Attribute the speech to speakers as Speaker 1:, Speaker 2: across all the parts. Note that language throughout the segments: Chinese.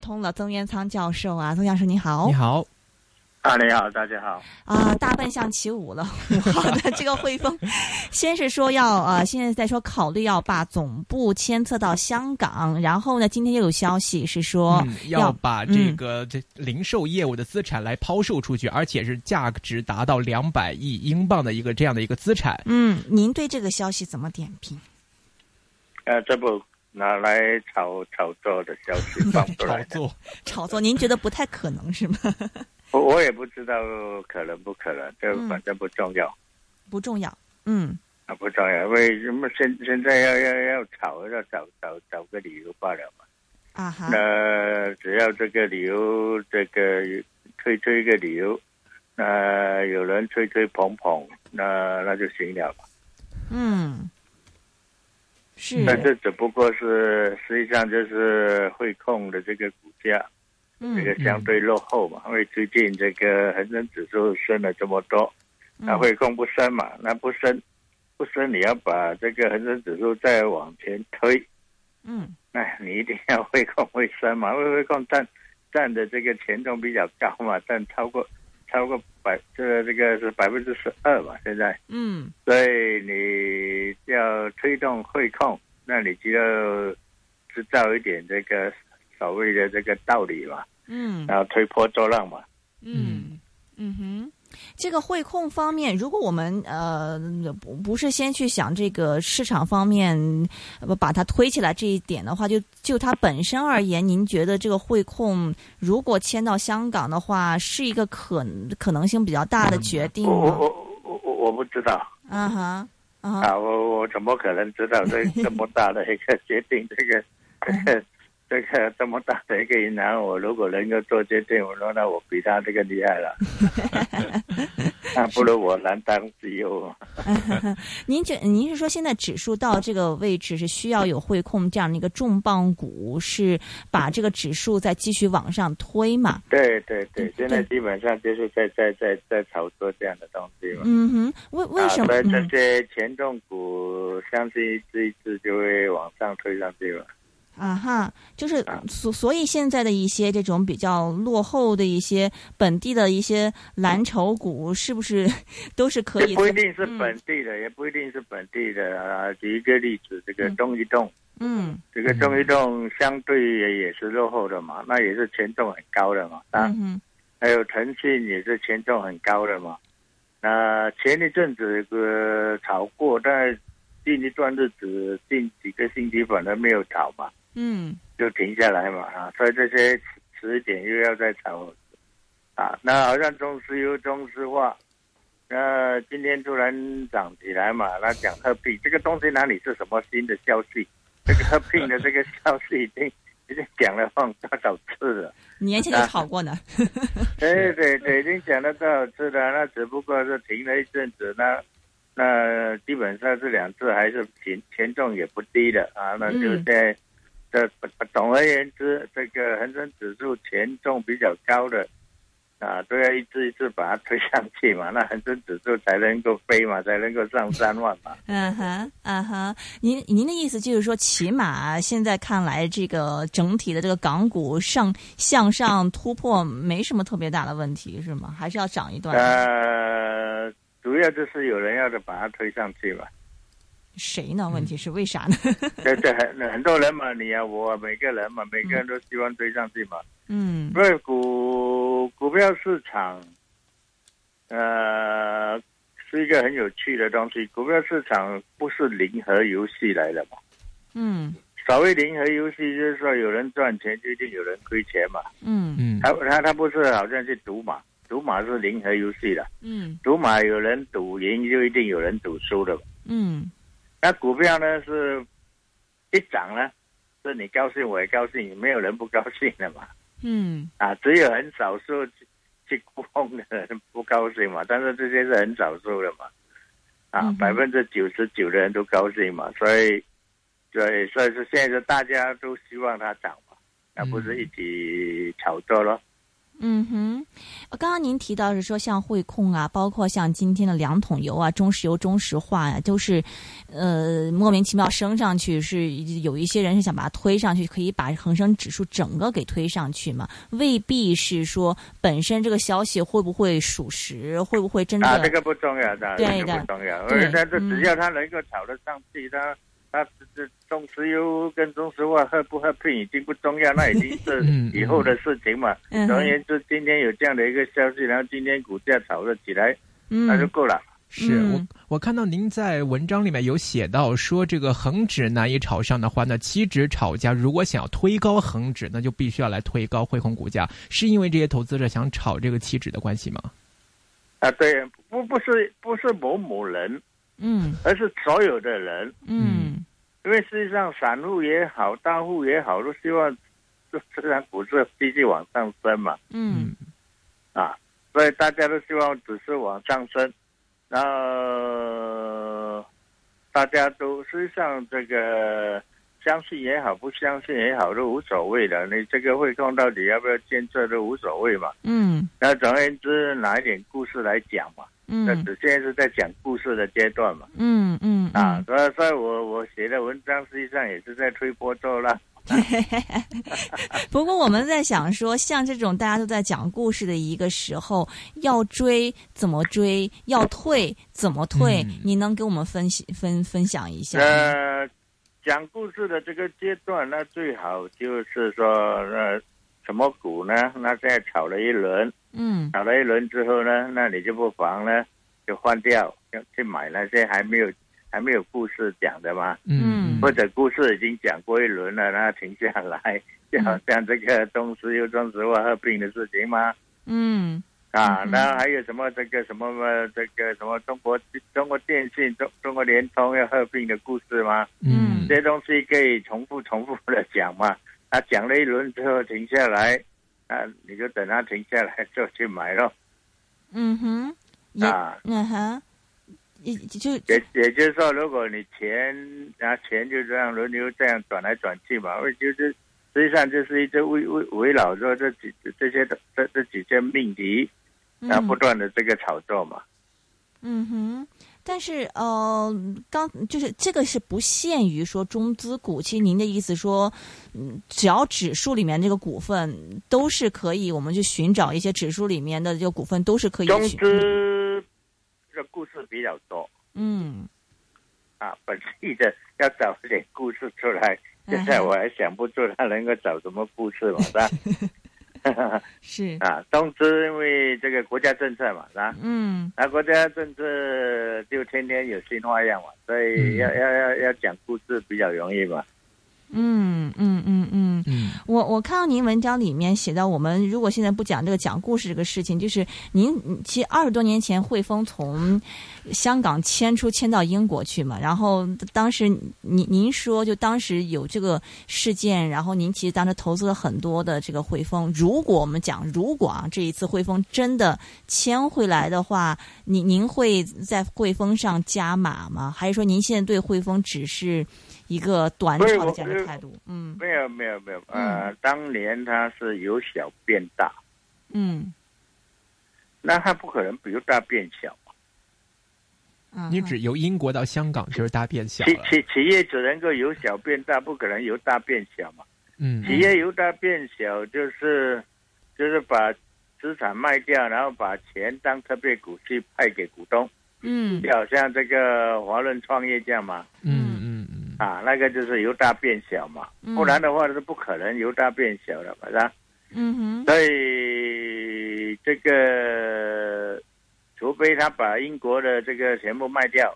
Speaker 1: 通了曾元仓教授啊，曾教授你好，
Speaker 2: 你好，
Speaker 3: 啊，你好，大家好。
Speaker 1: 啊，大笨象起舞了， 五号的这个汇丰，先是说要呃，现在在说考虑要把总部迁册到香港，然后呢，今天又有消息是说
Speaker 2: 嗯要把这个这零售业务的资产来抛售出去，而且是价值达到两百亿英镑的一个这样的一个资产。
Speaker 1: 嗯，您对这个消息怎么点评？
Speaker 3: 呃，这不拿来炒炒作的消息放出
Speaker 2: 炒
Speaker 3: 来，
Speaker 2: 作，
Speaker 1: 炒作，您觉得不太可能是吗？
Speaker 3: 我我也不知道可能不可能，这
Speaker 1: 嗯
Speaker 3: 反正不重要
Speaker 1: 不重要，嗯
Speaker 3: 啊，不重要。为什么现现在要要要炒，要找找找个理由罢了嘛？
Speaker 1: 啊哈，
Speaker 2: 嗯
Speaker 3: 那只要这个理由，这个推推一个理由，那、有人吹吹捧捧，那那就行了嘛。
Speaker 1: 嗯，
Speaker 2: 嗯
Speaker 1: 是，
Speaker 3: 那这只不过是实际上就是汇控的这个股价。这
Speaker 1: 嗯
Speaker 3: 个相对落后嘛，因为最近这个恒生指数升了这么多，那
Speaker 1: 嗯
Speaker 3: 汇控不升嘛，那不升，不升你要把这个恒生指数再往前推，
Speaker 1: 嗯
Speaker 3: 那你一定要汇控会升嘛，因为汇控占占的这个权重比较高嘛，占超过超过百这个这个是百分之十二嘛，现在，
Speaker 1: 嗯
Speaker 3: 所以你要推动汇控，那你就要知道一点这个所谓的这个道理嘛。
Speaker 1: 嗯
Speaker 3: 然后推波助浪嘛。
Speaker 1: 嗯嗯哼。这个汇控方面，如果我们呃不不是先去想这个市场方面呃把它推起来这一点的话，就就它本身而言，您觉得这个汇控如果迁到香港的话，是一个可可能性比较大的决定
Speaker 3: 我我
Speaker 1: 吗？
Speaker 3: 我我我我不知道
Speaker 1: 啊哈啊哈，
Speaker 3: 啊，我我怎么可能知道 这这么大的一个决定？这个这
Speaker 1: 嗯
Speaker 3: 个这个这么大的一个银行，我如果能够做决定，我说那我比他这个厉 害了，那不如我难当 CEO。
Speaker 1: 您觉您是说现在指数到这个位置是需要有汇控这样的一个重磅股，是把这个指数再继续往上推嘛？
Speaker 3: 对对对
Speaker 1: 嗯，
Speaker 3: 现在基本上就是在在在在炒作这样的东西嘛。
Speaker 1: 嗯哼，为为什么？
Speaker 3: 啊、所以这
Speaker 1: 嗯
Speaker 3: 些权重股，相信一次一次就会往上推上去嘛。
Speaker 1: 啊哈，就是
Speaker 3: 啊
Speaker 1: 所所以现在的一些这种比较落后的一些本地的一些蓝筹股，是不是 都是可以嗯
Speaker 3: 也不一
Speaker 1: 这么
Speaker 3: 定是本地的，也不一定是本地的啊。举一个例子，这个
Speaker 1: 嗯
Speaker 3: 中移动，
Speaker 1: 嗯
Speaker 3: 这个中移动相对也也是落后的嘛，那也是权重很高的嘛。那、
Speaker 1: 嗯哼
Speaker 3: 还有腾讯也是权重很高的嘛。那前一阵子呃炒过，但近一段日子近几个星期反正没有炒嘛，
Speaker 1: 嗯
Speaker 3: 就停下来嘛啊。所以这些迟迟一点又要再炒啊。那好像中石油、中石化，那今天突然涨起来嘛，那讲合并这个东西哪里是什么新的消息？这个合并的这个消息已经已经讲了放多少次了？
Speaker 1: 年
Speaker 3: 啊
Speaker 1: 前就炒过呢。
Speaker 3: 对对对，已经讲了多少次了？那只不过是停了一阵子，那那基本上这两次还是权权重也不低的啊。那就
Speaker 1: 嗯
Speaker 3: 在、这总而言之，这个恒生指数权重比较高的啊，都要一次一次把它推上去嘛，那恒生指数才能够飞嘛，才能够上三万嘛。
Speaker 1: 嗯哼，嗯哼，您您的意思就是说，起码现在看来，这个整体的这个港股上向上突破没什么特别大的问题，是吗？还是要涨一段？
Speaker 3: 呃，主要就是有人要的把它推上去嘛。
Speaker 1: 谁呢？
Speaker 3: 嗯
Speaker 1: 问题是为啥呢？
Speaker 3: 这这很很多人嘛，你啊我啊每个人嘛，每个人都希望推上去嘛。
Speaker 1: 嗯
Speaker 3: 因为股股票市场，呃，是一个很有趣的东西。股票市场不是零和游戏来的嘛？
Speaker 1: 嗯
Speaker 3: 所谓零和游戏，就是说有人赚钱就一定有人亏钱嘛。
Speaker 1: 嗯
Speaker 2: 嗯
Speaker 3: 他他他不是好像去赌马，赌马是零和游戏的，
Speaker 1: 嗯
Speaker 3: 赌马有人赌赢就一定有人赌输的嘛。
Speaker 1: 嗯
Speaker 3: 那股票呢是，一涨呢，是你高兴我也高兴，没有人不高兴的嘛。
Speaker 1: 嗯
Speaker 3: 啊，只有很少数去去沽空的人不高兴嘛， 但是这些是很少数的嘛，啊
Speaker 1: 嗯哼，
Speaker 3: 百分之九十九的人都高兴嘛，所以，所以所以说现在大家都希望它涨嘛，而不是一起炒作咯。
Speaker 1: 嗯嗯哼，呃刚刚您提到是说像汇控啊，包括像今天的两桶油啊、中石油、中石化呀、都是呃莫名其妙升上去，是有一些人是想把它推上去，可以把恒生指数整个给推上去嘛？未必是说本身这个消息会不会属实，会不会真的？
Speaker 3: 啊，这个不重要
Speaker 1: 嗯
Speaker 3: 的，
Speaker 1: 对
Speaker 3: 这个
Speaker 1: 的
Speaker 3: 不重要。
Speaker 1: 对
Speaker 3: 而且它这
Speaker 1: 嗯
Speaker 3: 只要它能够炒得上去，它它这这中石油跟中石化合不合并已经不重要，那已经是
Speaker 2: 嗯
Speaker 3: 以后的事情嘛。
Speaker 1: 嗯
Speaker 3: 总而
Speaker 1: 哼
Speaker 3: 言之，今天有这样的一个消息，然后今天股价炒了起来，那就
Speaker 1: 嗯
Speaker 3: 够了。
Speaker 2: 是
Speaker 1: 嗯
Speaker 2: 我我看到您在文章里面有写到说，这个恒指难以炒上的话，那期指炒家如果想要推高恒指，那就必须要来推高汇控股价，是因为这些投资者想炒这个期指的关系吗？
Speaker 3: 啊，对，不不是不是某某人，
Speaker 1: 嗯
Speaker 3: 而是所有的人，
Speaker 1: 嗯
Speaker 3: 因为事实上散户也好，大户也好，都希望这这张股市继续往上升嘛。
Speaker 1: 嗯
Speaker 3: 啊，所以大家都希望指数往上升，然后大家都实际上这个相信也好，不相信也好都无所谓的，你这个会控到底要不要监测都无所谓嘛。
Speaker 1: 嗯
Speaker 3: 那总而言之，拿一点故事来讲嘛，那
Speaker 1: 嗯
Speaker 3: 只现在是在讲故事的阶段嘛。
Speaker 1: 嗯嗯
Speaker 3: 啊，所以所以我我写的文章实际上也是在推波助澜。
Speaker 1: 不过我们在想说，像这种大家都在讲故事的一个时候，要追怎么追，要退怎么退，
Speaker 2: 嗯
Speaker 1: 你能给我们分析分分享一下吗？
Speaker 3: 呃，讲故事的这个阶段，那最好就是说，呃，什么股呢？那现在炒了一轮，
Speaker 1: 嗯
Speaker 3: 炒了一轮之后呢，那你就不妨呢，就换掉，就去买那些还没有还没有故事讲的嘛，
Speaker 1: 嗯
Speaker 3: 或者故事已经讲过一轮了，那停下来，就好像这个中石油、中石化合并的事情嘛。
Speaker 1: 嗯
Speaker 3: 啊，
Speaker 1: 嗯
Speaker 3: 那还有什么这个什么呃这个什么中国中国电信、中中国联通要合并的故事吗？
Speaker 1: 嗯
Speaker 3: 这些东西可以重复重复的讲嘛。他讲了一轮之后停下来，啊，你就等他停下来之后去买咯。
Speaker 1: 嗯哼，也
Speaker 3: 啊，
Speaker 1: 嗯哼，也就
Speaker 3: 也也就是说，如果你钱啊钱就这样轮流这样转来转去嘛，为就是实际上就是一直围围围绕着这几这些的这这几件命题，然啊后不
Speaker 1: 嗯
Speaker 3: 断的这个炒作嘛。
Speaker 1: 嗯哼。但是呃，刚就是这个是不限于说中资股，其实您的意思说，嗯，只要指数里面这个股份都是可以，我们去寻找一些指数里面的这个股份都是可以
Speaker 3: 中
Speaker 1: 去。
Speaker 3: 资的故事比较多
Speaker 1: 嗯，
Speaker 3: 啊，本地的要找一点故事出来。现
Speaker 1: 哎嗯
Speaker 3: 在我还想不出他能够找什么故事嘛，是吧？
Speaker 1: 是，
Speaker 3: 啊，中资因为这个国家政策嘛，是吧？
Speaker 1: 嗯
Speaker 3: 那啊国家政策就天天有新花样嘛，所以
Speaker 2: 嗯
Speaker 3: 要、要要要讲故事比较容易嘛。
Speaker 1: 嗯嗯嗯嗯，
Speaker 2: 嗯
Speaker 1: 我我看到您文章里面写到，我们如果现在不讲这个讲故事这个事情，就是您嗯其实二十多年前汇丰从香港迁出迁到英国去嘛，然后当时您您说就当时有这个事件，然后您其实当时投资了很多的这个汇丰。如果我们讲如果啊这一次汇丰真的迁回来的话，您您会在汇丰上加码吗？还是说您现在对汇丰只是一个短
Speaker 3: 不是
Speaker 1: 炒的
Speaker 3: 我
Speaker 1: 这样的态度？嗯
Speaker 3: 没有没有没有，
Speaker 2: 嗯
Speaker 3: 呃，当年它是由小变大，
Speaker 1: 嗯。
Speaker 3: 那它不可能由大变小。
Speaker 1: 嗯
Speaker 2: 你
Speaker 1: 哼
Speaker 2: 只由英国到香港就是大变小
Speaker 3: 企
Speaker 2: 了，
Speaker 3: 企企业只能够由小变大，不可能由大变小嘛。
Speaker 2: 嗯
Speaker 3: 企业由大变小，就是就是把资产卖掉，然后把钱当特别股息派给股东，
Speaker 1: 嗯
Speaker 3: 就好像这个华润创业这样嘛，
Speaker 2: 嗯嗯嗯
Speaker 3: 啊，那个就是由大变小嘛，
Speaker 1: 嗯
Speaker 3: 不然的话是不可能由大变小的嘛，是吧？
Speaker 1: 嗯哼
Speaker 3: 所以这个，除非他把英国的这个全部卖掉，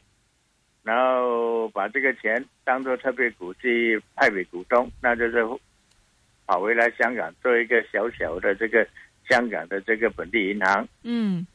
Speaker 3: 然后把这个钱当做特别股息派给股东，那就是跑回来香港做一个小小的这个香港的这个本地银行
Speaker 1: 嗯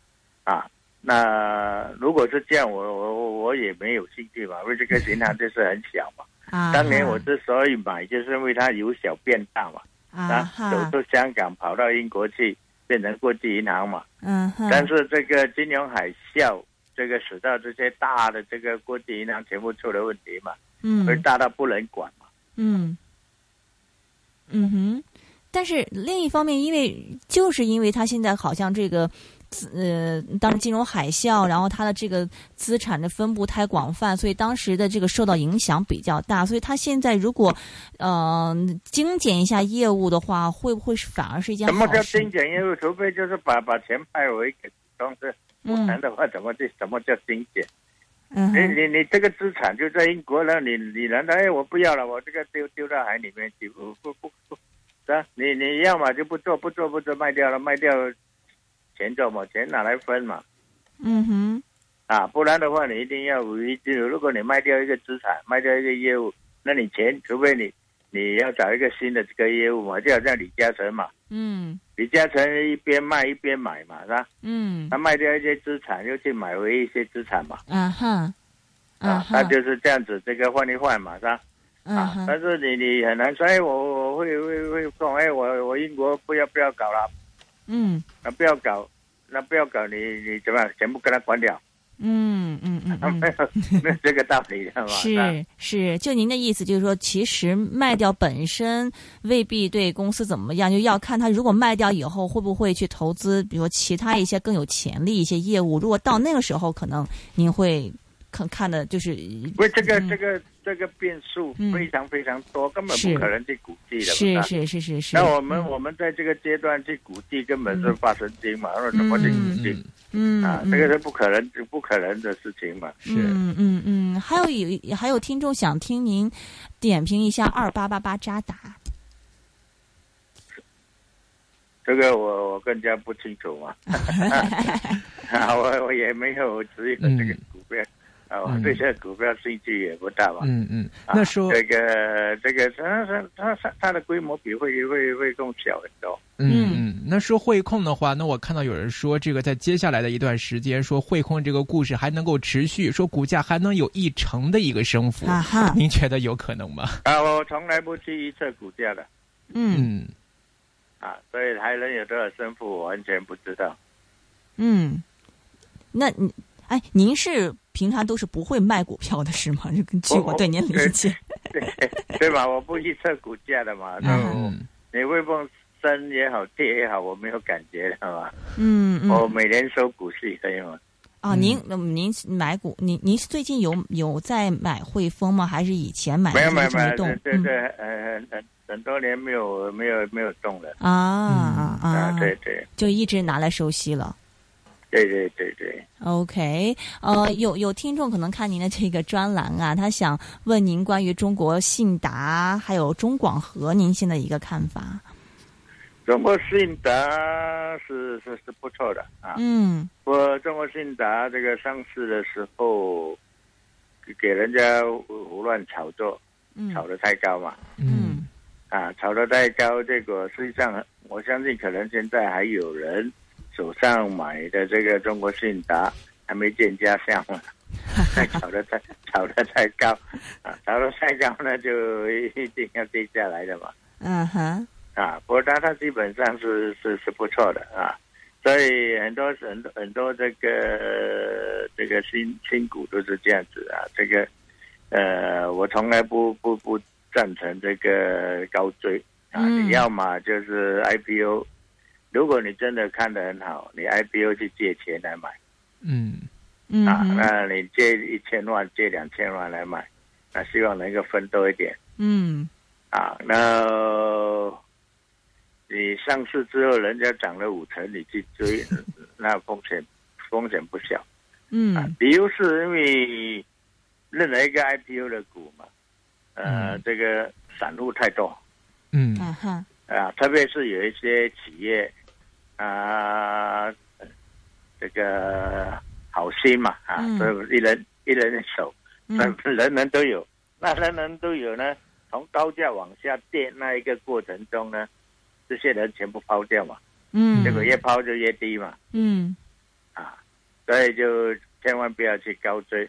Speaker 3: 啊。那如果是这样，我我我我也没有兴趣嘛，因为这个银行就是很小
Speaker 1: 啊
Speaker 3: 嘛。
Speaker 1: 哈，
Speaker 3: 当年我之所以买，就是因为它由小变大嘛。
Speaker 1: 啊
Speaker 3: 啊，
Speaker 1: 哈
Speaker 3: 走，出香港跑到英国去，变成国际银行嘛。
Speaker 1: 嗯哼，
Speaker 3: 但是这个金融海啸，这个使到这些大的这个国际银行全部出了问题嘛，
Speaker 1: 嗯
Speaker 3: 而大到不能管嘛。
Speaker 1: 嗯嗯哼，但是另一方面，因为就是因为它现在好像这个。资呃，当时金融海啸，然后它的这个资产的分布太广泛，所以当时的这个受到影响比较大。所以它现在如果呃精简一下业务的话，会不会是反而是一件
Speaker 3: 什
Speaker 1: 好
Speaker 3: 么叫
Speaker 1: 事
Speaker 3: 精简业务？除非就是把把钱派回给公司，不
Speaker 1: 嗯
Speaker 3: 然的话，怎么这什么叫精简？
Speaker 1: 嗯
Speaker 3: 你
Speaker 1: 哼
Speaker 3: 你你这个资产就在英国了，你你难道哎我不要了，我这个丢丢到海里面去，我不不不，是啊，你你要么就不做，不做不做卖掉了，卖掉钱做嘛，钱拿来分嘛，
Speaker 1: 嗯哼
Speaker 3: 啊，不然的话你一定要有一定，如果你卖掉一个资产，卖掉一个业务，那你钱除非你你要找一个新的这个业务嘛，就好像李嘉诚嘛，
Speaker 1: 嗯
Speaker 3: 李嘉诚一边卖一边买嘛，是吧？
Speaker 1: 嗯
Speaker 3: 他卖掉一些资产，又去买回一些资产嘛，
Speaker 1: 啊哈啊
Speaker 3: 啊，
Speaker 1: 哈
Speaker 3: 他就是这样子，这个换一换嘛，是吧？
Speaker 1: 啊
Speaker 3: 啊，
Speaker 1: 哈
Speaker 3: 但是你你很难说，哎，我我会会会说，哎，我我英国不要不要搞了，
Speaker 1: 嗯
Speaker 3: 那不要搞，那不要搞，你你怎么样，全部跟他关掉，
Speaker 1: 嗯嗯嗯嗯
Speaker 3: 没有 没有这个道理的嘛，吧
Speaker 1: 是是，就您的意思就是说，其实卖掉本身未必对公司怎么样，就要看他如果卖掉以后会不会去投资，比如其他一些更有潜力一些业务。如果到那个时候，可能您会看看的就是
Speaker 3: 不是这个
Speaker 1: 嗯
Speaker 3: 这个这个变数
Speaker 1: 嗯
Speaker 3: 非常非常多，根本
Speaker 1: 是
Speaker 3: 不可能去估计的，
Speaker 1: 是
Speaker 3: 吧
Speaker 1: 是是是是。
Speaker 3: 那我们
Speaker 1: 嗯
Speaker 3: 我们在这个阶段去估计，根本是发神经嘛，那怎么去估计
Speaker 1: 嗯
Speaker 2: 嗯，
Speaker 3: 啊？
Speaker 1: 嗯
Speaker 3: 这个是不可能不可能的事情嘛。
Speaker 2: 是。
Speaker 1: 嗯嗯嗯，还有有还有听众想听您点评一下二八八八渣打。
Speaker 3: 这个我我更加不清楚 嘛， 啊，我我也没有持有这个股票，啊，我对这个股票兴趣也不大嘛。
Speaker 2: 嗯嗯，
Speaker 3: 啊
Speaker 2: 那说
Speaker 3: 这个这个它它它它它的规模比会会会更小很多。
Speaker 2: 嗯嗯，那说汇控的话，那我看到有人说这个在接下来的一段时间，说汇控这个故事还能够持续，说股价还能有一成的一个升幅，
Speaker 1: 啊哈，
Speaker 2: 您觉得有可能吗？
Speaker 3: 啊，我从来不去预测股价的
Speaker 1: 嗯
Speaker 2: 嗯
Speaker 3: 啊，所以还能有多少胜负，我完全不知 道。
Speaker 1: 嗯，那你哎，您是平常都是不会卖股票的是吗？就根据
Speaker 3: 我
Speaker 1: 我
Speaker 3: 我
Speaker 1: 对您理解，
Speaker 3: 哦对对吧？我不预测股价的嘛，那我
Speaker 2: 嗯
Speaker 3: 你会碰升也好，跌也好，我没有感觉的嘛。
Speaker 1: 嗯
Speaker 3: 我
Speaker 1: 嗯，
Speaker 3: 每年收股息可以吗？
Speaker 1: 啊，
Speaker 3: 嗯
Speaker 1: 您您买股，您您最近有有在买汇丰吗？还是以前买
Speaker 3: 没有
Speaker 1: 一
Speaker 3: 没有
Speaker 1: 直
Speaker 3: 没有，
Speaker 1: 动？
Speaker 3: 这这
Speaker 1: 嗯
Speaker 3: 这呃很哎很多年没有没有没有动了
Speaker 1: 啊啊
Speaker 3: 啊！
Speaker 1: 啊，
Speaker 3: 对对
Speaker 1: 就一直拿来收息了。
Speaker 3: 对对对对，
Speaker 1: OK，呃，有有听众可能看您的这个专栏啊，他想问您关于中国信达还有中广核您现在一个看法。
Speaker 3: 中国信达是是是不错的啊！
Speaker 1: 嗯
Speaker 3: 我中国信达这个上市的时候，给给人家胡胡乱炒作，
Speaker 1: 嗯
Speaker 3: 炒得太高嘛
Speaker 2: 嗯
Speaker 3: 啊，炒得太高，结果实际上我相信可能现在还有人手上买的这个中国信达还没见家乡嘛。 炒得太炒得太高啊，炒得太高那就一定要跌下来的嘛
Speaker 1: 嗯哼
Speaker 3: 啊。不过它它基本上是是是不错的啊，所以很多很多很多这个这个新新股都是这样子啊。这个呃，我从来不不不赞成这个高追啊，
Speaker 1: 嗯
Speaker 3: 你要么就是 IPO。如果你真的看得很好，你 IPO 去借钱来买，
Speaker 2: 嗯
Speaker 1: 嗯
Speaker 3: 啊，
Speaker 1: 哼
Speaker 3: 那你借一千万、借两千万来买，那希望能够分多一点
Speaker 1: 嗯
Speaker 3: 啊。那你上市之后，人家涨了五成，你去 追，那风险风险不小啊
Speaker 1: 嗯。
Speaker 3: 理由是因为任何一个 IPO 的股嘛，呃，
Speaker 2: 嗯
Speaker 3: 这个散户太多
Speaker 2: 嗯
Speaker 1: 啊哈，
Speaker 3: 啊，特别是有一些企业啊，这个好心嘛啊，
Speaker 1: 嗯
Speaker 3: 所以一人一人一手。
Speaker 1: 嗯
Speaker 3: 那 人人都有，那人人都有呢。从高价往下跌那一个过程中呢，这些人全部抛掉嘛，
Speaker 1: 嗯，
Speaker 3: 结果越抛就越低嘛，
Speaker 1: 嗯
Speaker 3: 啊，所以就千万不要去高追。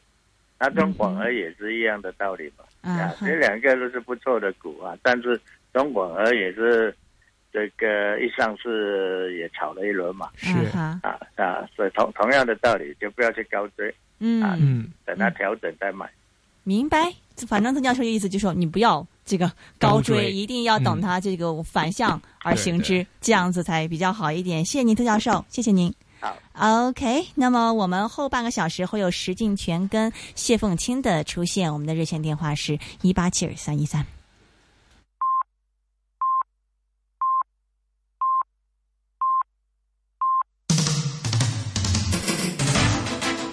Speaker 3: 那中广核也是一样的道理嘛，
Speaker 1: 啊
Speaker 3: 啊，
Speaker 1: 哈
Speaker 3: 这两个都是不错的股啊，但是中广核也是这个一上市也炒了一轮嘛，
Speaker 2: 是
Speaker 1: 啊哈，
Speaker 3: 啊啊，所以同同样的道理就不要去高追，
Speaker 1: 嗯
Speaker 2: 嗯
Speaker 3: 等它调整再买
Speaker 1: 明白。反正曾教授的意思就是说，你不要这个高
Speaker 2: 高追
Speaker 1: 一定要
Speaker 3: 嗯
Speaker 1: 等它这个反向而行之，这样子才比较好一点。谢谢您，曾教授，谢谢您。
Speaker 3: 好
Speaker 1: ，OK。那么我们后半个小时会有石敬全跟谢凤清的出现，我们的热线电话是一八七二三一三。